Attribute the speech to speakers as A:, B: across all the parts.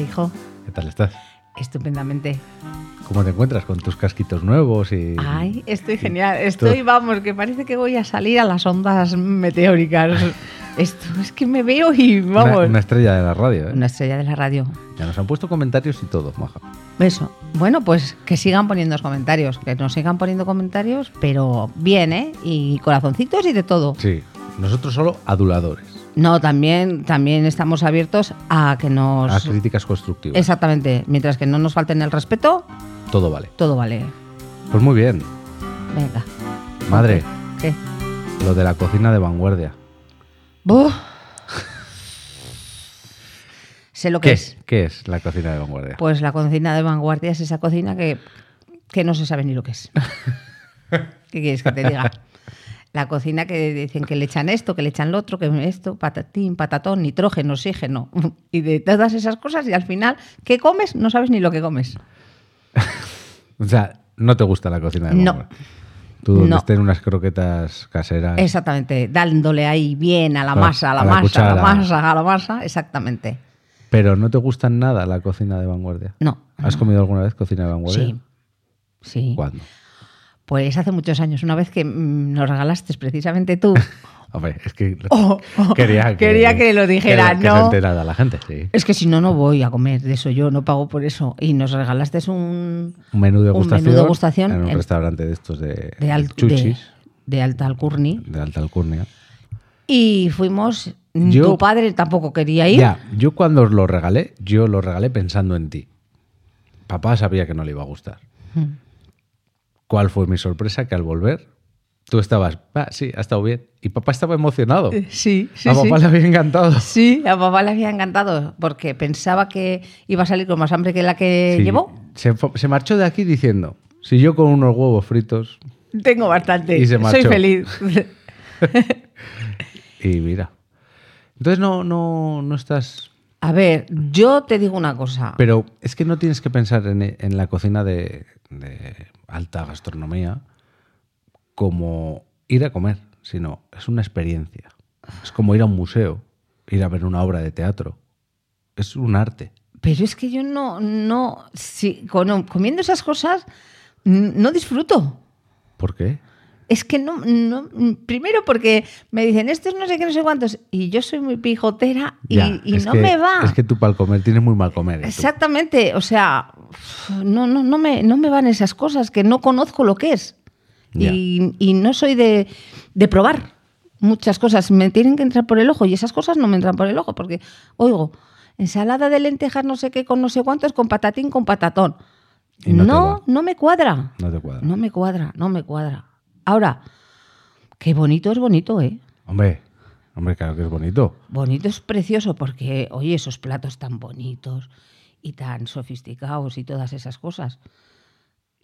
A: hijo.
B: ¿Qué tal estás?
A: Estupendamente.
B: ¿Cómo te encuentras con tus casquitos nuevos? Y...
A: Ay, estoy genial. Estoy, vamos, que parece que voy a salir a las ondas meteóricas. Esto es que me veo y vamos.
B: Una,
A: Una,
B: una estrella de la radio, ¿eh?
A: estrella de la radio.
B: Ya nos han puesto comentarios y todo, maja.
A: Eso. Bueno, pues que sigan poniendo los comentarios, que nos sigan poniendo comentarios, pero bien, ¿eh? Y corazoncitos y de todo.
B: Sí, nosotros solo aduladores,
A: No, también, también estamos abiertos a que nos.
B: a críticas constructivas.
A: Exactamente. Mientras que no nos falten el respeto,
B: Todo vale.
A: todo vale.
B: Pues muy bien,
A: Venga.
B: madre,
A: ¿Qué?
B: lo de la cocina de vanguardia.
A: Buh. sé lo que
B: ¿Qué
A: es.
B: es? ¿Qué es la cocina de vanguardia?
A: Pues la cocina de vanguardia es esa cocina que, que no se sabe ni lo que es. ¿Qué quieres que te diga? La cocina que dicen que le echan esto, que le echan lo otro, que esto, patatín, patatón, nitrógeno, oxígeno y de todas esas cosas y al final, ¿qué comes? No sabes ni lo que comes.
B: O sea, no te gusta la cocina de
A: Pues- No.
B: vanguardia. Tú donde
A: No.
B: estén unas croquetas caseras.
A: Exactamente, dándole ahí bien a la
B: A la-
A: masa, a la,
B: a la
A: masa, a la
B: cuchara.
A: masa, a la masa, exactamente.
B: Pero no te gusta nada la cocina de vanguardia.
A: No.
B: ¿Has comido alguna vez cocina de vanguardia?
A: Sí. Sí.
B: ¿Cuándo?
A: Pues hace muchos años, una vez que mm, nos regalaste precisamente tú.
B: Hombre, es que
A: Oh, oh,
B: quería, que,
A: lo dijera,
B: que- que se
A: ¿no?
B: enterara la gente, sí.
A: es que si no, no voy a comer de eso, yo no pago por eso. Y nos regalaste un
B: Un menú de
A: Un menú
B: gustación,
A: degustación
B: en un
A: en-
B: restaurante de estos de,
A: de, al- de,
B: chuchis,
A: de alta alcurni.
B: de, alta alcurnia.
A: Y fuimos. mm,
B: Yo-
A: tu padre tampoco quería ir.
B: Ya, yo cuando os lo regalé, yo lo regalé pensando en ti. Papá sabía que no le iba a gustar.
A: Mm.
B: ¿Cuál fue mi sorpresa? Que al volver, tú estabas, "Ah, sí, ha estado bien. Y papá estaba emocionado.
A: Eh, Sí, sí,
B: a
A: sí.
B: papá le había encantado.
A: Sí, a papá le había encantado porque pensaba que iba a salir con más hambre que la que
B: Sí,
A: llevó.
B: Se, fo- se marchó de aquí diciendo, si yo con unos huevos fritos...
A: Tengo bastante.
B: Y se
A: Soy
B: marchó.
A: feliz.
B: Y mira. Entonces no, no, no estás...
A: a ver, yo te digo una cosa.
B: Pero es que no tienes que pensar en, en la cocina de, de alta gastronomía como ir a comer, sino es una experiencia. Es como ir a un museo, ir a ver una obra de teatro. Es un arte.
A: Pero es que yo no, no, si, con- comiendo esas cosas n- no disfruto.
B: ¿Por qué?
A: Es que no, no, primero porque me dicen estos no sé qué, no sé cuántos, y yo soy muy pijotera y,
B: Ya,
A: y
B: es
A: no
B: que-
A: me va.
B: Es que tú para el comer tienes muy mal comer. ¿eh, tú?
A: Exactamente, o sea, no, no, no, me, no me van esas cosas, que no conozco lo que es.
B: Ya.
A: Y, y no soy de, de probar muchas cosas, me tienen que entrar por el ojo y esas cosas no me entran por el ojo, porque oigo, ensalada de lentejas no sé qué, con no sé cuántos, con patatín, con patatón.
B: Y no te
A: no,
B: va.
A: no me cuadra.
B: No te cuadra.
A: No me cuadra, no me cuadra. Ahora, qué bonito es bonito, ¿eh?
B: Hombre, hombre, claro que es bonito.
A: Bonito es precioso porque, oye, esos platos tan bonitos y tan sofisticados y todas esas cosas,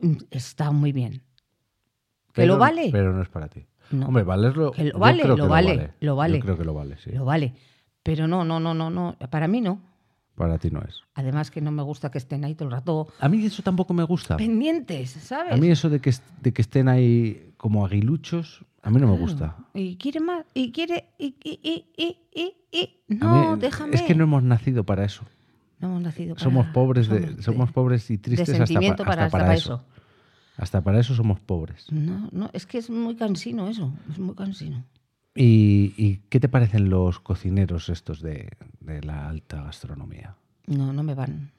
A: mm, está muy bien. ¿Que
B: Pero-
A: lo vale?
B: Pero no es para ti.
A: No.
B: Hombre, valerlo.
A: Que lo
B: yo
A: vale,
B: creo
A: lo
B: que
A: vale, lo vale.
B: Yo creo que lo vale, sí.
A: Lo vale. Pero no, no, no, no, no. Para mí no.
B: Para ti no es.
A: Además que no me gusta que estén ahí todo el rato
B: A mí eso tampoco me gusta.
A: pendientes, ¿sabes?
B: A mí eso de que, est- de que estén ahí como aguiluchos, a mí no
A: Ah.
B: me gusta.
A: Mm. Y quiere más, y quiere, y, y, y, y, y, y.
B: A
A: No,
B: mí-
A: déjame.
B: Es que no hemos nacido para eso.
A: No hemos nacido para-
B: Somos pobres, de- somos, pobres y
A: de
B: tristes hasta, pa-
A: sentimiento
B: hasta
A: para,
B: para,
A: hasta
B: eso. Hasta para eso somos pobres.
A: No, no, es que es muy cansino eso, es muy cansino.
B: ¿Y, y qué te parecen los cocineros estos de, de la alta gastronomía?
A: No, no me van.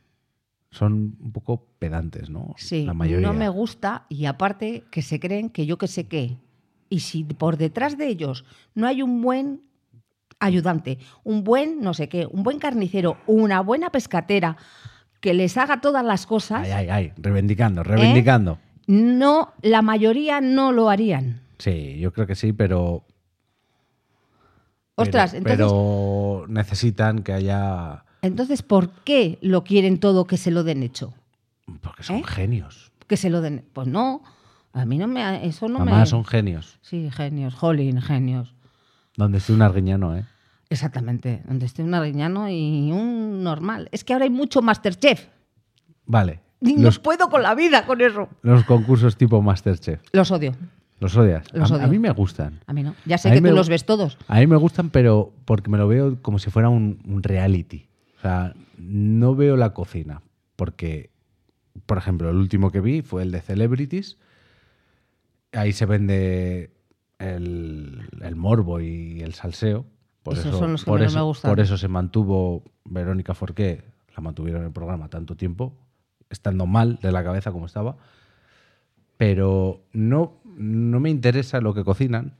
B: Son un poco pedantes, ¿no?
A: Sí,
B: la mayoría.
A: no me gusta y aparte que se creen que yo que sé qué. Y si por detrás de ellos no hay un buen ayudante, un buen no sé qué, un buen carnicero, una buena pescatera que les haga todas las cosas,
B: Ay, ay, ay, reivindicando, reivindicando.
A: ¿Eh? no la mayoría no lo harían.
B: Sí, yo creo que sí, pero
A: Ostras,
B: pero,
A: entonces
B: pero necesitan que haya
A: entonces ¿por qué lo quieren todo que se lo den hecho?
B: porque son
A: ¿Eh?
B: genios.
A: Que se lo den, pues no, a mí no me eso no
B: Además,
A: me
B: son genios.
A: Sí, genios, jolín, genios.
B: Donde esté un arguiñano, ¿eh?
A: Exactamente, donde esté un arriñano y un normal. Es que ahora hay mucho Masterchef.
B: Vale.
A: Y
B: Los,
A: no puedo con la vida con eso.
B: los concursos tipo Masterchef.
A: Los odio.
B: ¿Los odias?
A: Los
B: a,
A: odio.
B: a mí me gustan.
A: A mí no. Ya
B: A
A: sé
B: mí
A: que
B: me
A: tú
B: gu-
A: los ves todos.
B: A mí me gustan, pero porque me lo veo como si fuera un, un reality. sea, no veo la cocina, porque, por ejemplo, el último que vi fue el de Celebrities. Ahí se vende el, el morbo y el salseo. Por
A: Esos
B: eso,
A: son los que
B: por
A: menos
B: eso-
A: me gustan.
B: por eso se mantuvo Verónica Forqué, la mantuvieron en el programa tanto tiempo, estando mal de la cabeza como estaba. Pero no, no me interesa lo que cocinan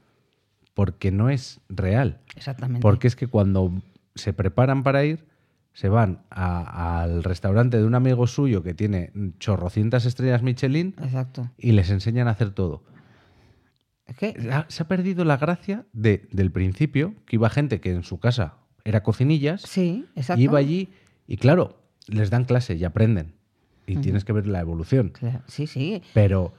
B: porque no es real.
A: Exactamente.
B: Porque es que cuando se preparan para ir, se van a- al restaurante de un amigo suyo que tiene chorrocientas estrellas Michelin
A: Exacto.
B: y les enseñan a hacer todo.
A: Es que,
B: Ha- Se ha perdido la gracia de- del principio, que iba gente que en su casa era cocinillas,
A: sí, exacto.
B: y iba allí y claro, les dan clase y aprenden. Y tienes que ver la evolución.
A: Claro, Sí, sí.
B: Pero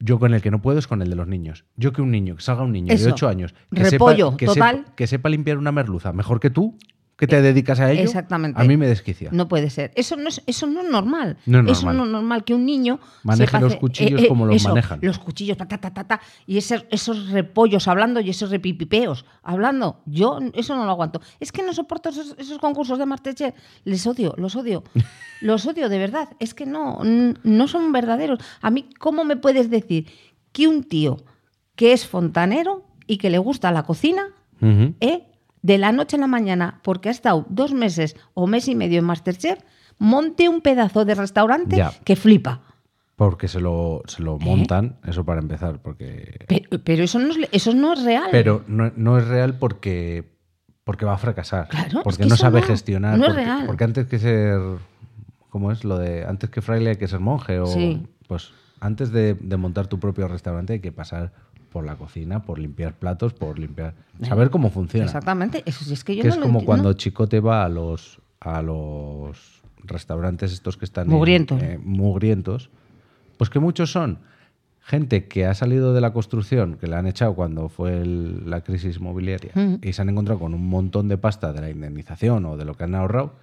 B: yo con el que no puedo es con el de los niños. Yo que un niño, que salga un niño
A: Eso.
B: de 8 años, que
A: Repollo,
B: sepa, que
A: total. Eh,
B: sepa- que sepa limpiar una merluza mejor que tú, que te dedicas a ello.
A: exactamente.
B: A mí me desquicia.
A: No puede ser. Eso no es, eso no es normal.
B: No es
A: Eso
B: normal.
A: no es normal que un niño
B: Maneje
A: sepa
B: los
A: hacer-
B: cuchillos como los
A: eh, eso,
B: manejan.
A: Los cuchillos, ta, ta, ta, ta, ta, y esos, esos repollos hablando y esos repipipeos hablando. Yo eso no lo aguanto. Es que no soporto esos, esos concursos de Masterchef. Les odio, los odio. los odio, de verdad. Es que no, n- no son verdaderos. A mí, ¿cómo me puedes decir que un tío que es fontanero y que le gusta la cocina
B: Ujú.
A: ¿eh? de la noche a la mañana, porque ha estado dos meses o mes y medio en Masterchef, monte un pedazo de restaurante
B: Ya.
A: que flipa.
B: Porque se lo, se
A: ¿Eh?
B: lo montan, eso para empezar, porque...
A: Pero, pero eso, no es, eso no es real.
B: Pero no, no es real porque, porque va a fracasar.
A: Claro, es
B: porque
A: que
B: no
A: eso
B: sabe
A: no,
B: gestionar.
A: no es
B: porque,
A: real.
B: porque antes que ser... ¿Cómo es lo de antes que fraile hay que ser monje? O,
A: Sí.
B: Pues antes de, de montar tu propio restaurante hay que pasar por la cocina, por limpiar platos, por limpiar... Saber cómo funciona.
A: Exactamente, eso sí es que yo
B: que
A: no
B: es
A: lo
B: como
A: entiendo.
B: cuando Chicote va a los a los restaurantes estos que están en-
A: Mugrientos.
B: eh, mugrientos pues que muchos son gente que ha salido de la construcción que la han echado cuando fue el- la crisis inmobiliaria
A: Ujú.
B: y se han encontrado con un montón de pasta de la indemnización o de lo que han ahorrado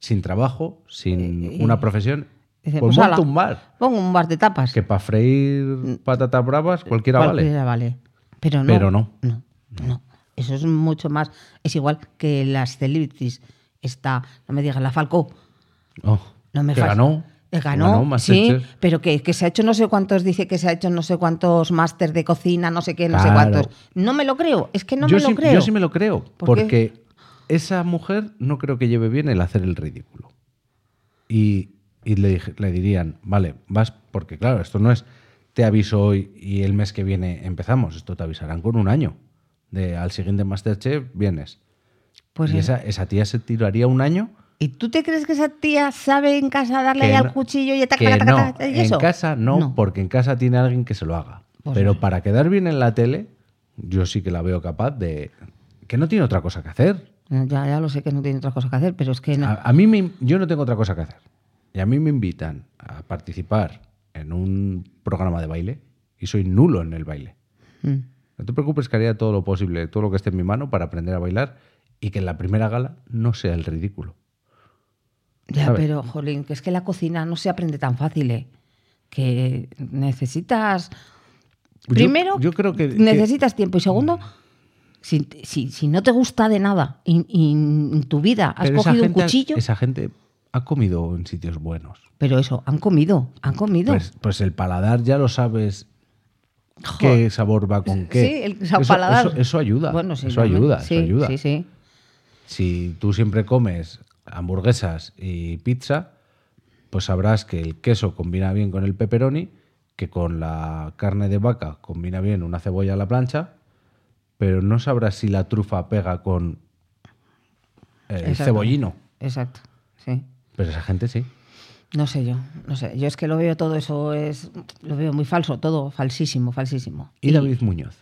B: sin trabajo sin
A: Eh, eh.
B: una profesión
A: Dice,
B: pues
A: pues,
B: monta
A: ala.
B: un bar
A: Pongo un bar de tapas.
B: que para freír patatas bravas cualquiera vale
A: Cualquiera vale. Pero no.
B: Pero no.
A: No, no. Eso es mucho más. Es igual que las celebrities. Está, no me digas, la Falcó.
B: Oh,
A: No me
B: que
A: fal-
B: ganó
A: Eh, Ganó, sí,
B: Masterchef.
A: pero que, que se ha hecho no sé cuántos, dice que se ha hecho no sé cuántos máster de cocina, no sé qué, no sé
B: Claro.
A: cuántos. No me lo creo, es que no
B: yo
A: me
B: sí,
A: lo creo.
B: Yo sí me lo creo,
A: ¿Por qué?
B: porque esa mujer no creo que lleve bien el hacer el ridículo. Y, y le, dije- le dirían, vale, vas, porque claro, esto no es te aviso hoy y el mes que viene empezamos, esto te avisarán con un año. De, al siguiente Masterchef vienes.
A: Pues
B: y
A: es-
B: esa, esa tía se tiraría un año.
A: ¿Y tú te crees que esa tía sabe en casa darle
B: que
A: ahí al
B: no-
A: cuchillo y, taca,
B: que
A: taca,
B: no,
A: taca, taca, y eso?
B: En casa no, porque en casa tiene alguien que se lo haga.
A: Pues
B: Pero para quedar bien en la tele, yo sí que la veo capaz de... Que no tiene otra cosa que hacer.
A: No, Ya, ya lo sé que no tiene otra cosa que hacer, pero es que no.
B: A, a mí me, yo no tengo otra cosa que hacer. Y a mí me invitan a participar en un programa de baile y soy nulo en el baile.
A: Mm.
B: No te preocupes que haría todo lo posible, todo lo que esté en mi mano para aprender a bailar y que en la primera gala no sea el ridículo.
A: Ya,
B: ¿sabes?
A: pero, jolín, que es que la cocina no se aprende tan fácil, ¿eh? Que necesitas.
B: Yo-
A: Primero,
B: yo creo que- que-
A: necesitas tiempo. Y segundo, si, si- si no te gusta de nada y, y en tu vida has
B: Pero esa
A: cogido un
B: gente-
A: cuchillo,
B: Esa gente ha comido en sitios buenos.
A: pero eso, han comido, han comido.
B: Pues, pues el paladar ya lo sabes
A: Jo,
B: qué sabor va con qué.
A: Sí, el sa-
B: Eso-
A: paladar.
B: Eso, eso ayuda.
A: Bueno, sí,
B: eso
A: también.
B: ayuda.
A: Sí,
B: eso ayuda.
A: Sí, sí.
B: si tú siempre comes hamburguesas y pizza, pues sabrás que el queso combina bien con el pepperoni, que con la carne de vaca combina bien una cebolla a la plancha, pero no sabrás si la trufa pega con el
A: Exacto.
B: cebollino.
A: Exacto. Sí.
B: Pero esa gente sí.
A: No sé yo, no sé. Yo es que lo veo todo eso, es lo veo muy falso, todo falsísimo, falsísimo.
B: Y David Muñoz.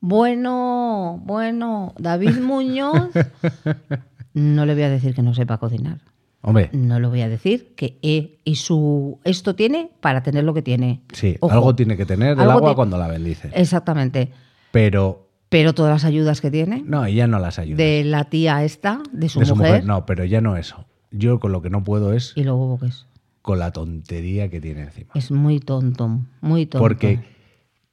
A: Bueno, bueno, David Muñoz. No le voy a decir que no sepa cocinar.
B: Hombre,
A: No le voy a decir que eh, y su esto tiene para tener lo que tiene.
B: sí,
A: Ojo.
B: algo tiene que tener el
A: Algo
B: agua
A: ti-
B: cuando la bendice.
A: Exactamente.
B: Pero
A: Pero todas las ayudas que tiene
B: no, ella no las ayuda.
A: de la tía esta, de su,
B: De su
A: mujer,
B: No, pero ya no eso. Yo con lo que no puedo es
A: y luego boques.
B: con la tontería que tiene encima.
A: Es muy tonto, muy tonto.
B: Porque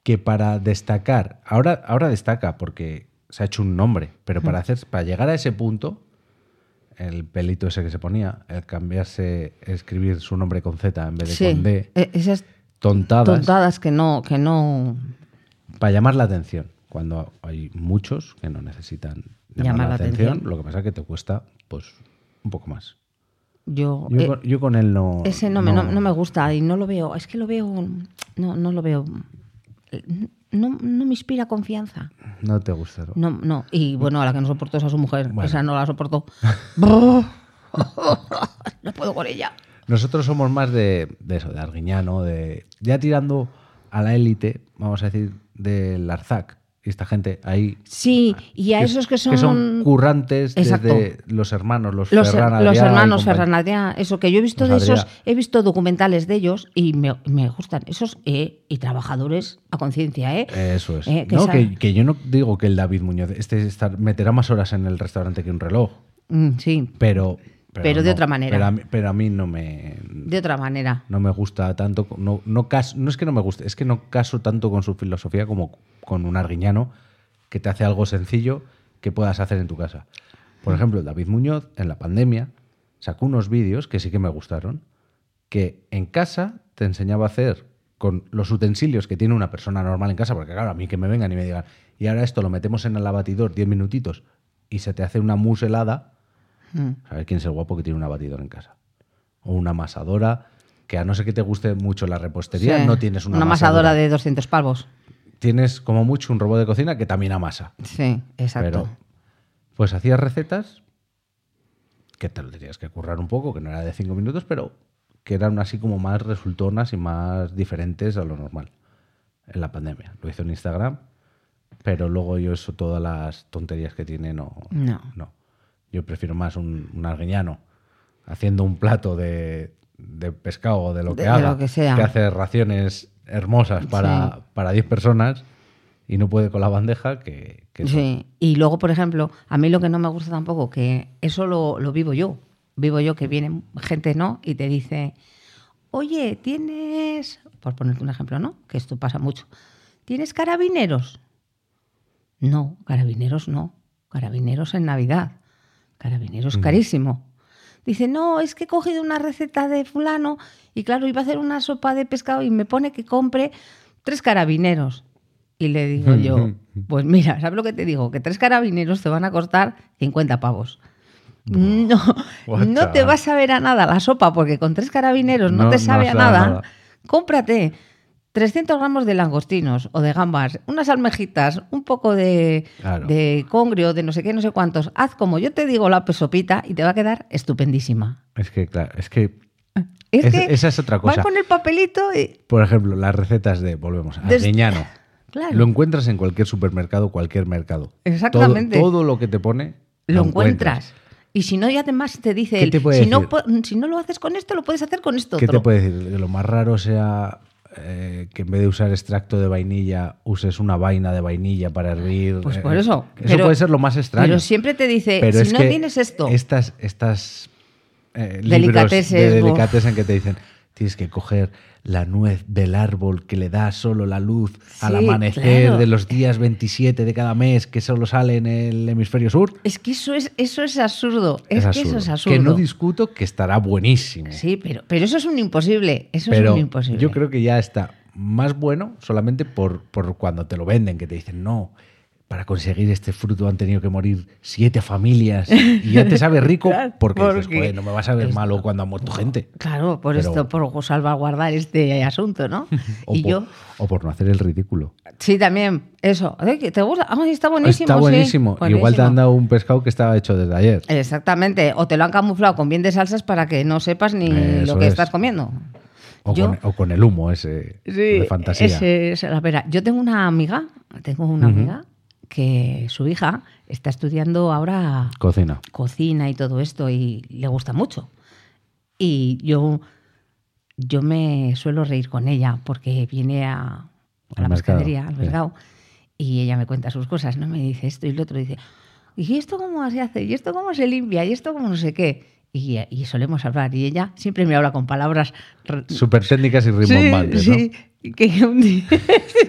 B: que para destacar, ahora, ahora destaca porque se ha hecho un nombre, pero para, hacer, para llegar a ese punto el pelito ese que se ponía, el cambiarse, escribir su nombre con Z en vez de
A: Sí.
B: con D,
A: Eh, Esas
B: tontadas,
A: tontadas que no, que no
B: para llamar la atención. Cuando hay muchos que no necesitan llamar, la, atención, lo que pasa es que te cuesta pues un poco más.
A: yo.
B: Yo,
A: eh,
B: con, yo con él no.
A: ese no me, no- no me gusta y no lo veo. Es que lo veo. No, no lo veo. No, no me inspira confianza.
B: no te gusta. ¿no?
A: No, no. Y bueno, a la que no soportó es a su mujer.
B: Bueno.
A: Esa no la soportó. Brr. no puedo con ella.
B: Nosotros somos más de, de eso, de Arguiñano, de ya tirando a la élite, vamos a decir, del Arzac. Y esta gente ahí.
A: Sí, y a
B: que-
A: esos que son.
B: Que son currantes
A: Exacto.
B: desde los hermanos, los,
A: los,
B: Ferran
A: los
B: Adrià y
A: hermanos
B: compañ-
A: Ferran Adrià, eso que yo he visto
B: Los
A: de esos,
B: Adrià.
A: he visto documentales de ellos y me, me gustan. Esos eh, y trabajadores a conciencia, ¿eh?
B: Eso es.
A: Eh, que
B: no,
A: esa-
B: que, que yo no digo que el David Muñoz este estar- meterá más horas en el restaurante que un reloj,
A: Mm, sí,
B: pero.
A: Pero de
B: no,
A: otra manera.
B: Pero a mí, pero a mí no me.
A: de otra manera.
B: No me gusta tanto. No, no, cas- no es que no me guste, es que no caso tanto con su filosofía como con un arguiñano que te hace algo sencillo que puedas hacer en tu casa. Por ejemplo, David Muñoz en la pandemia sacó unos vídeos que sí que me gustaron, que en casa te enseñaba a hacer con los utensilios que tiene una persona normal en casa, porque claro, a mí que me vengan y me digan, y ahora esto lo metemos en el abatidor 10 minutitos y se te hace una muselada,
A: Mm.
B: a ver quién es el guapo que tiene un abatidor en casa. O una amasadora, que a no ser que te guste mucho la repostería,
A: Sí.
B: no tienes una,
A: amasadora de 200 palvos.
B: Tienes como mucho un robot de cocina que también amasa.
A: Sí, exacto.
B: Pero pues hacías recetas que te lo tenías que currar un poco, que no era de cinco minutos, pero que eran así como más resultonas y más diferentes a lo normal en la pandemia. Lo hizo en Instagram, pero luego yo eso, todas las tonterías que tiene, no.
A: No.
B: Yo prefiero más un, un arguiñano haciendo un plato de, de pescado o de lo que
A: De- de
B: haga,
A: lo que sea.
B: hace raciones hermosas para, para 10 personas y no puede con la bandeja que... que eso.
A: Sí. Y luego, por ejemplo, a mí lo que no me gusta tampoco, que eso lo, lo vivo yo. Vivo yo que viene gente, ¿no? Y te dice, oye, tienes, por ponerte un ejemplo, ¿no? Que esto pasa mucho. ¿Tienes carabineros? No, carabineros no. Carabineros en Navidad. Carabineros carísimo. Dice, no, es que he cogido una receta de fulano y claro, iba a hacer una sopa de pescado y me pone que compre tres carabineros. Y le digo yo, pues mira, ¿sabes lo que te digo? Que tres carabineros te van a costar 50 pavos. No, no te
B: guacha.
A: vas a ver a nada la sopa porque con tres carabineros no,
B: No-
A: te
B: no
A: sabe a
B: sabe a
A: nada.
B: nada.
A: Cómprate 300 gramos de langostinos o de gambas, unas almejitas, un poco de,
B: Claro.
A: de congrio, de no sé qué, no sé cuántos. Haz como yo te digo la pesopita y te va a quedar estupendísima.
B: Es que, claro, es que...
A: Es
B: es-
A: que
B: esa es otra cosa.
A: Vas con el papelito y...
B: Por ejemplo, las recetas de, volvemos,
A: Des-
B: Arguiñano.
A: Claro.
B: Lo encuentras en cualquier supermercado, cualquier mercado. Todo-
A: Exactamente.
B: Todo, lo que te pone...
A: lo encuentras. Y si no, y además te dice
B: ¿Qué
A: él,
B: te puede
A: si, no,
B: decir?
A: po- si no lo haces con esto, lo puedes hacer con esto
B: ¿Qué
A: otro.
B: te puede decir? Que lo más raro sea eh, que en vez de usar extracto de vainilla, uses una vaina de vainilla para hervir.
A: Pues
B: eh,
A: por eso.
B: Eso
A: Pero-
B: puede ser lo más extraño.
A: Pero siempre te dice,
B: Pero
A: si
B: es
A: no
B: que
A: tienes esto,
B: Estas, estas eh, libros de
A: Delicateces, uf.
B: delicatessen que te dicen, tienes que coger la nuez del árbol que le da solo la luz al
A: Sí,
B: amanecer
A: claro.
B: de los días 27 de cada mes que solo sale en el hemisferio sur.
A: es que eso es, eso es absurdo. Es, que eso es absurdo.
B: Que no discuto que estará buenísimo.
A: Sí, pero, pero eso es un imposible. Eso es
B: pero
A: un imposible.
B: yo creo que ya está más bueno solamente por, por cuando te lo venden, que te dicen, no, para conseguir este fruto han tenido que morir siete familias y ya te sabe rico
A: Claro,
B: porque, dices,
A: porque
B: "Joder, no me va a saber malo cuando ha muerto gente.
A: Claro, por
B: Pero-
A: esto, por salvaguardar este asunto, ¿no?
B: O,
A: y
B: por,
A: yo,
B: o por no hacer el ridículo.
A: sí, también, eso. Ay, que ¿Te gusta? Ay, está buenísimo.
B: está
A: sí,
B: buenísimo. Igual te
A: buenísimo.
B: han dado un pescado que estaba hecho desde ayer.
A: Exactamente, o te lo han camuflado con bien de salsas para que no sepas ni
B: Eso
A: lo que
B: es.
A: estás comiendo.
B: O,
A: yo-
B: con, o con el humo ese de fantasía.
A: ese es la vera. Yo tengo una amiga, tengo una amiga que su hija está estudiando ahora
B: Cocina.
A: cocina y todo esto y le gusta mucho. Y yo, yo me suelo reír con ella porque viene a, a
B: Al
A: la
B: mercado,
A: pescadería, al
B: sí.
A: mercado, y ella me cuenta sus cosas, ¿no? Me dice esto y lo otro, dice, ¿y esto cómo se hace? ¿Y esto cómo se limpia? ¿Y esto cómo no sé qué? y, y solemos hablar. Y ella siempre me habla con palabras re-
B: Súper técnicas y rimbombantes,
A: sí,
B: ¿no?
A: sí, que, un día-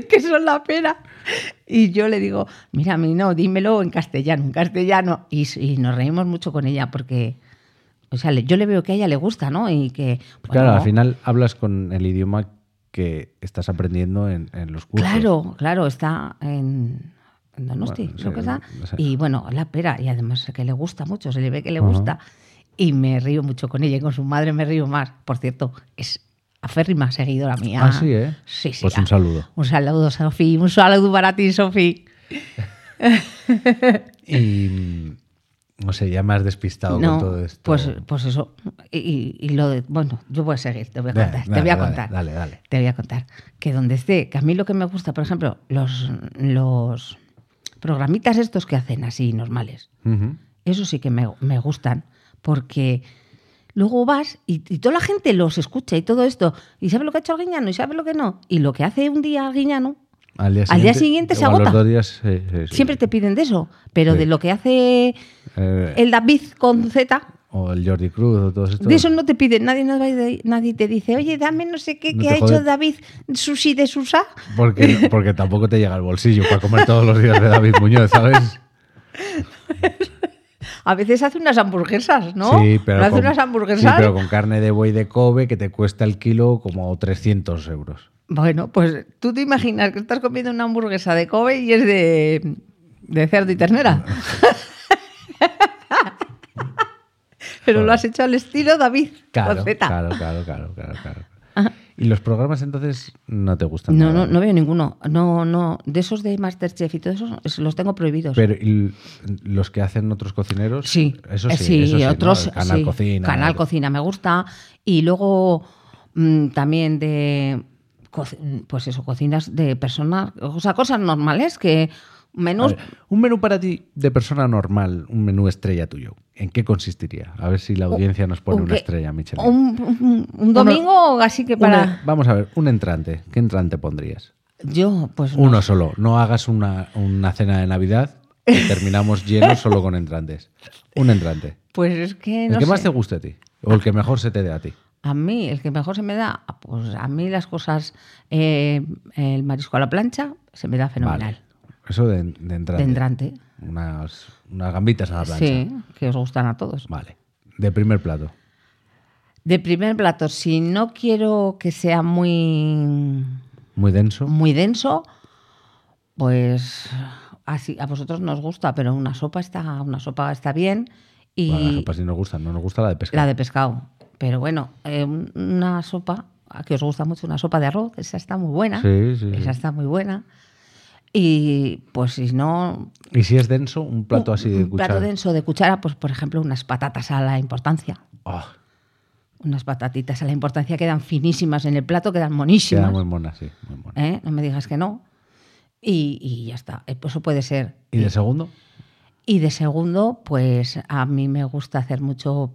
A: que son la pena. Y yo le digo, mira, a mí no, dímelo en castellano, en castellano. Y, s- y nos reímos mucho con ella porque, o sea, le- yo le veo que a ella le gusta, ¿no? Y que...
B: Claro,
A: bueno,
B: al final hablas con el idioma que estás aprendiendo en, en los cursos.
A: Claro, claro, está en... en Donosti,
B: Bueno,
A: creo
B: sí,
A: que está.
B: no sé.
A: Y bueno, la pera, y además que le gusta mucho, se le ve que le
B: Ajá.
A: gusta. Y me río mucho con ella y con su madre me río más. Por cierto, es aférrima seguidora mía.
B: Ah, sí, ¿eh?
A: Sí, sí.
B: Pues
A: ah.
B: un saludo.
A: Un saludo, Sofi. Un saludo para ti, Sofi.
B: Y mm, no sé, ya me has despistado con todo esto.
A: Pues, pues eso. Y, y- y lo de, bueno, yo voy a seguir, te voy a
B: Dale,
A: contar. te
B: dale,
A: voy a
B: dale,
A: contar.
B: Dale, dale.
A: Te voy a contar. Que donde esté, que a mí lo que me gusta, por ejemplo, los, los programitas estos que hacen así normales,
B: Ujú.
A: eso sí que me, me gustan, porque luego vas y, y toda la gente los escucha y todo esto, y sabe lo que ha hecho Guiñano y sabe lo que no. Y lo que hace un día Guiñano,
B: Al día
A: Al día siguiente se
B: o a los
A: agota.
B: dos días, sí, sí, sí.
A: siempre te piden de eso, pero
B: Sí.
A: de lo que hace
B: Eh,
A: el David con Z,
B: O el Jordi Cruz o todos estos.
A: de eso no te piden, nadie, nos va a- nadie te dice, oye, dame no sé qué
B: No
A: que
B: te
A: ha hecho
B: jode.
A: David Susi de Susa.
B: Porque, porque tampoco te llega al bolsillo para comer todos los días de David Muñoz, ¿sabes?
A: A veces hace unas hamburguesas, ¿no?
B: Sí, pero,
A: ¿No hace
B: con,
A: unas
B: sí,
A: hamburguesas.
B: pero con carne de buey de Kobe que te cuesta el kilo como 300 euros.
A: Bueno, pues tú te imaginas que estás comiendo una hamburguesa de Kobe y es de, de cerdo y ternera. pero lo has hecho al estilo David con
B: Claro,
A: Z.
B: claro, claro, claro, claro, claro. Y los programas entonces no te gustan.
A: No,
B: nada,
A: no, no veo ninguno. No, no. De esos de Masterchef y todo eso, es- los tengo prohibidos.
B: Pero ¿y los que hacen otros cocineros,
A: Sí,
B: eso
A: eh,
B: sí, eso sí, ¿no?
A: otros.
B: El Canal
A: sí.
B: Cocina.
A: Canal
B: el-
A: Cocina me gusta. Y luego mm, también de. co- Pues eso, cocinas de personas. O sea, cosas normales que.
B: A
A: Menús.
B: ver, un menú para ti de persona normal, un menú estrella tuyo, ¿en qué consistiría? A ver si la audiencia nos pone
A: un
B: una
A: que-
B: estrella, Michelin.
A: Un, un- un domingo, así que para.
B: Una- vamos a ver, un entrante. ¿Qué entrante pondrías?
A: Yo, pues. no
B: Uno solo. No hagas una, una cena de Navidad que terminamos llenos solo con entrantes. Un entrante.
A: Pues es que.
B: El
A: No
B: que más te
A: sé.
B: guste a ti. O el que mejor se te dé a ti.
A: A mí, el que mejor se me da, pues a mí las cosas, eh, el marisco a la plancha, se me da fenomenal.
B: Vale. Eso de, de entrante.
A: De entrante.
B: Unas, unas gambitas a la plancha.
A: Sí, que os gustan a todos.
B: Vale. De primer plato.
A: De primer plato, si no quiero que sea muy,
B: Muy denso.
A: muy denso, pues así a vosotros nos gusta, pero una sopa está, una sopa está bien. Y
B: Bueno, las sopas sí nos gustan. No nos gusta la de pescado.
A: La de pescado. Pero bueno, eh, un- una sopa, a que os gusta mucho una sopa de arroz, esa está muy buena.
B: Sí, sí, sí.
A: Esa está muy buena. Y pues si no,
B: Y si es denso, un plato así de
A: Uh, un plato
B: cuchara.
A: denso de cuchara, pues por ejemplo unas patatas a la importancia.
B: Oh,
A: Unas patatitas a la importancia quedan finísimas en el plato, quedan monísimas.
B: queda muy mona, sí. Muy mona.
A: ¿eh? No me digas que no. Y, y ya está, Eh, pues eso puede ser.
B: ¿Y de segundo?
A: Y de segundo, pues a mí me gusta hacer mucho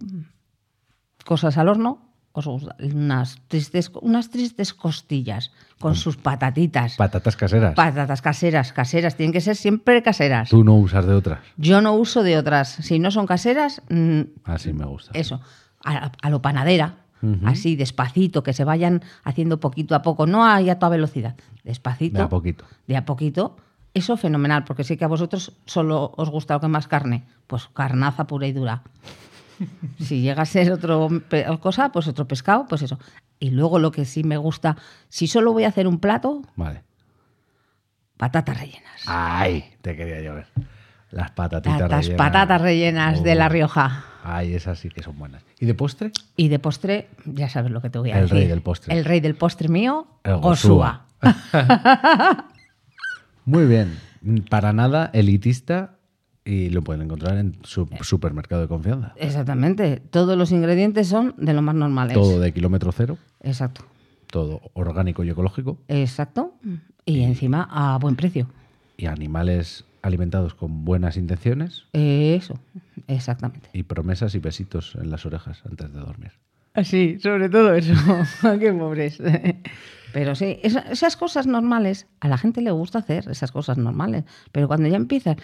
A: cosas al horno. Os gusta- unas tristes, unas tristes costillas con sus patatitas.
B: Patatas caseras.
A: Patatas caseras, caseras. Tienen que ser siempre caseras.
B: Tú no usas de otras.
A: Yo no uso de otras. Si no son caseras, mm,
B: Así me gusta.
A: eso, a, a lo panadera.
B: Ujú.
A: Así, despacito, que se vayan haciendo poquito a poco, no ahí a toda velocidad, despacito
B: De a poquito.
A: de a poquito, eso fenomenal, porque sé que a vosotros solo os gusta lo que más carne, pues carnaza pura y dura. Si llega a ser otro pe- cosa, pues otro pescado, pues eso. Y luego lo que sí me gusta, si solo voy a hacer un plato,
B: Vale.
A: patatas rellenas.
B: Ay, te quería llover. Las patatitas
A: Las
B: rellenas.
A: patatas rellenas de La
B: Oh.
A: Rioja.
B: Ay, esas sí que son buenas. ¿Y de postre?
A: Y de postre, ya sabes lo que te voy a
B: El
A: decir.
B: rey del postre.
A: El rey del postre mío,
B: El
A: Gosúa.
B: Muy bien. Para nada elitista y lo pueden encontrar en su
A: Eh.
B: supermercado de confianza.
A: Exactamente. Todos los ingredientes son de lo más normales.
B: Todo de kilómetro cero,
A: Exacto.
B: todo orgánico y ecológico
A: Exacto. Y encima a buen precio.
B: y animales alimentados con buenas intenciones
A: Eso, exactamente.
B: y promesas y besitos en las orejas antes de dormir.
A: Sí, sobre todo eso. Qué pobres. Pero sí, esa- esas cosas normales, a la gente le gusta hacer esas cosas normales, pero cuando ya empiezas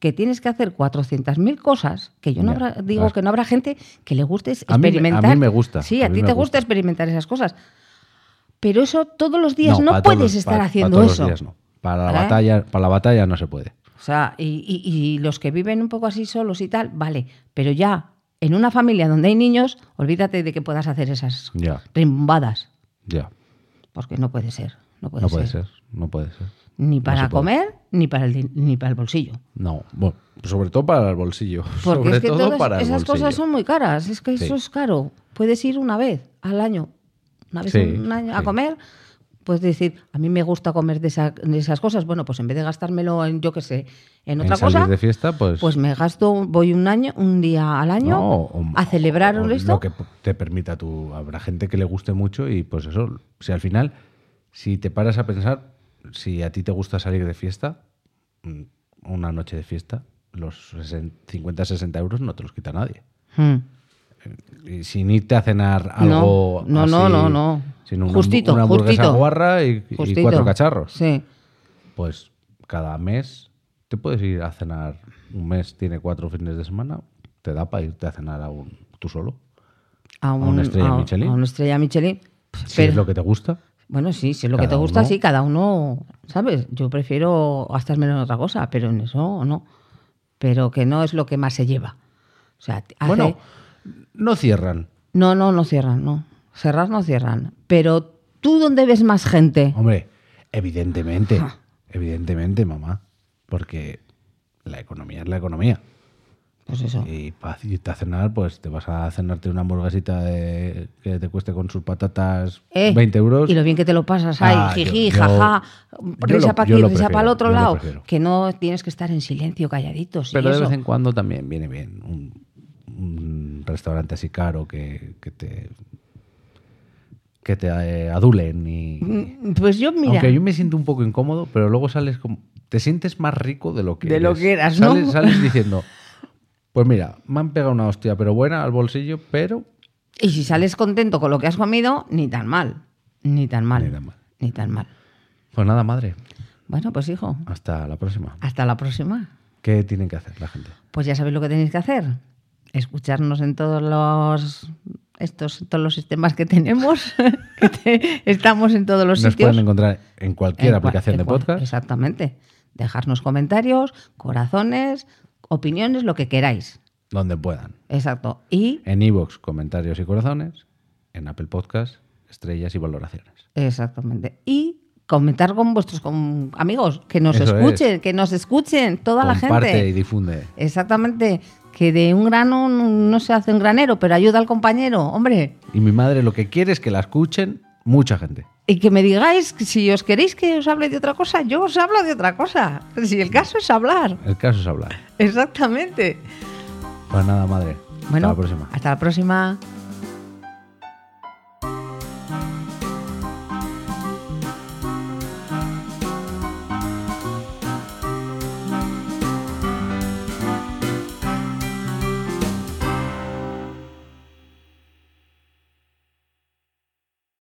A: que tienes que hacer 400.000 cosas, que yo no
B: Ya,
A: habrá- digo
B: las-
A: que no habrá gente que le guste
B: A mí me- a
A: experimentar.
B: mí me gusta,
A: Sí,
B: a
A: a,
B: mí
A: ti
B: me
A: te
B: gusta.
A: gusta experimentar esas cosas. Pero eso todos los días no,
B: pa'
A: puedes
B: todos-
A: estar
B: pa- pa'
A: haciendo
B: todos los
A: eso.
B: días no. Para la,
A: ¿Eh?
B: batalla, para la batalla no se puede.
A: O sea, y, y- y los que viven un poco así solos y tal, vale, pero ya en una familia donde hay niños, olvídate de que puedas hacer esas
B: Ya,
A: rimbombadas,
B: ya.
A: porque no puede ser, no puede,
B: no
A: ser.
B: puede ser. no puede ser.
A: Ni para
B: se puede.
A: comer, ni para el, di- ni para el bolsillo.
B: No, bueno, sobre todo para el bolsillo.
A: Porque
B: sobre
A: es que
B: todo
A: todas
B: para el
A: esas
B: bolsillo.
A: cosas son muy caras, es que
B: Sí.
A: eso es caro. Puedes ir una vez al año, una vez
B: Sí,
A: un año a
B: sí.
A: comer, puedes decir, a mí me gusta comer de, esa- de esas cosas, bueno, pues en vez de gastármelo en, yo qué sé, en otra
B: salir
A: cosa,
B: de fiesta, pues.
A: pues me gasto, voy un año, un día al año
B: no, o-
A: a celebrar
B: o
A: esto.
B: Lo que te permita tú. Habrá gente que le guste mucho y pues eso. Si al final, si te paras a pensar, si a ti te gusta salir de fiesta, mm, una noche de fiesta, los 50-60 euros no te los quita nadie.
A: Mm.
B: Y sin irte a cenar algo
A: no,
B: así,
A: no, no, no.
B: sino una,
A: Justito,
B: una hamburguesa
A: justito.
B: guarra y, y
A: Justito.
B: cuatro cacharros
A: Sí.
B: pues cada mes te puedes ir a cenar un mes tiene cuatro fines de semana te da para irte a cenar a un tú solo
A: A,
B: una estrella Michelin.
A: a una estrella Michelin.
B: si
A: Pero-
B: es lo que te gusta
A: Bueno, sí, si es lo que
B: Cada
A: te gusta,
B: uno.
A: sí, cada uno, ¿sabes? Yo prefiero gastármelo en otra cosa, pero en eso no. Pero que no es lo que más se lleva. O sea, hace-
B: bueno no cierran
A: no, no, no cierran, no. Cerrar no cierran. Pero tú, ¿dónde ves más gente?
B: hombre evidentemente evidentemente mamá porque la economía es la economía
A: Pues eso.
B: y para irte a cenar pues te vas a cenarte una hamburguesita de- que te cueste con sus patatas
A: Eh,
B: 20 euros
A: Y lo bien que te lo pasas ahí,
B: Ah, yo-
A: jiji,
B: yo-
A: jaja,
B: yo
A: risa
B: lo-
A: para
B: yo
A: aquí,
B: lo
A: risa
B: prefiero,
A: para el otro
B: yo lo
A: lado.
B: prefiero.
A: Que no tienes que estar en silencio, calladitos. y
B: Pero de
A: eso.
B: vez en cuando también viene bien un, un restaurante así caro que, que te que te eh, adulen y
A: Mm, Pues yo, mira.
B: aunque yo me siento un poco incómodo, pero luego sales como te sientes más rico de lo que
A: De lo
B: eres.
A: que eras, ¿no?
B: Sales, sales diciendo, pues mira, me han pegado una hostia, pero buena al bolsillo, pero
A: Y si sales contento con lo que has comido, ni tan mal. Ni tan mal.
B: Ni tan mal.
A: Ni tan mal.
B: pues nada, madre,
A: Bueno, pues hijo,
B: hasta la próxima.
A: hasta la próxima.
B: ¿Qué tienen que hacer la gente?
A: Pues ya sabéis lo que tenéis que hacer. Escucharnos en todos los estos todos los sistemas que tenemos. que te- estamos en todos los
B: Nos
A: sitios.
B: pueden encontrar en cualquier
A: En cual-
B: aplicación
A: en
B: de
A: cual-
B: podcast.
A: Exactamente. Dejarnos comentarios, corazones, opiniones, lo que queráis.
B: donde puedan.
A: Exacto. Y
B: En iVoox, comentarios y corazones. En Apple Podcast, estrellas y valoraciones.
A: Exactamente. Y comentar con vuestros com- amigos, que nos
B: Eso
A: escuchen, que nos escuchen toda
B: Comparte
A: la
B: y
A: gente.
B: difunde.
A: Exactamente. Que de un grano no- no se hace un granero, pero ayuda al compañero, hombre.
B: Y mi madre lo que quiere es que la escuchen mucha gente.
A: Y que me digáis que si os queréis que os hable de otra cosa, yo os hablo de otra cosa. Si el caso es hablar.
B: El caso es hablar.
A: Exactamente.
B: Pues nada, madre. Hasta
A: Bueno,
B: la próxima.
A: Hasta la próxima.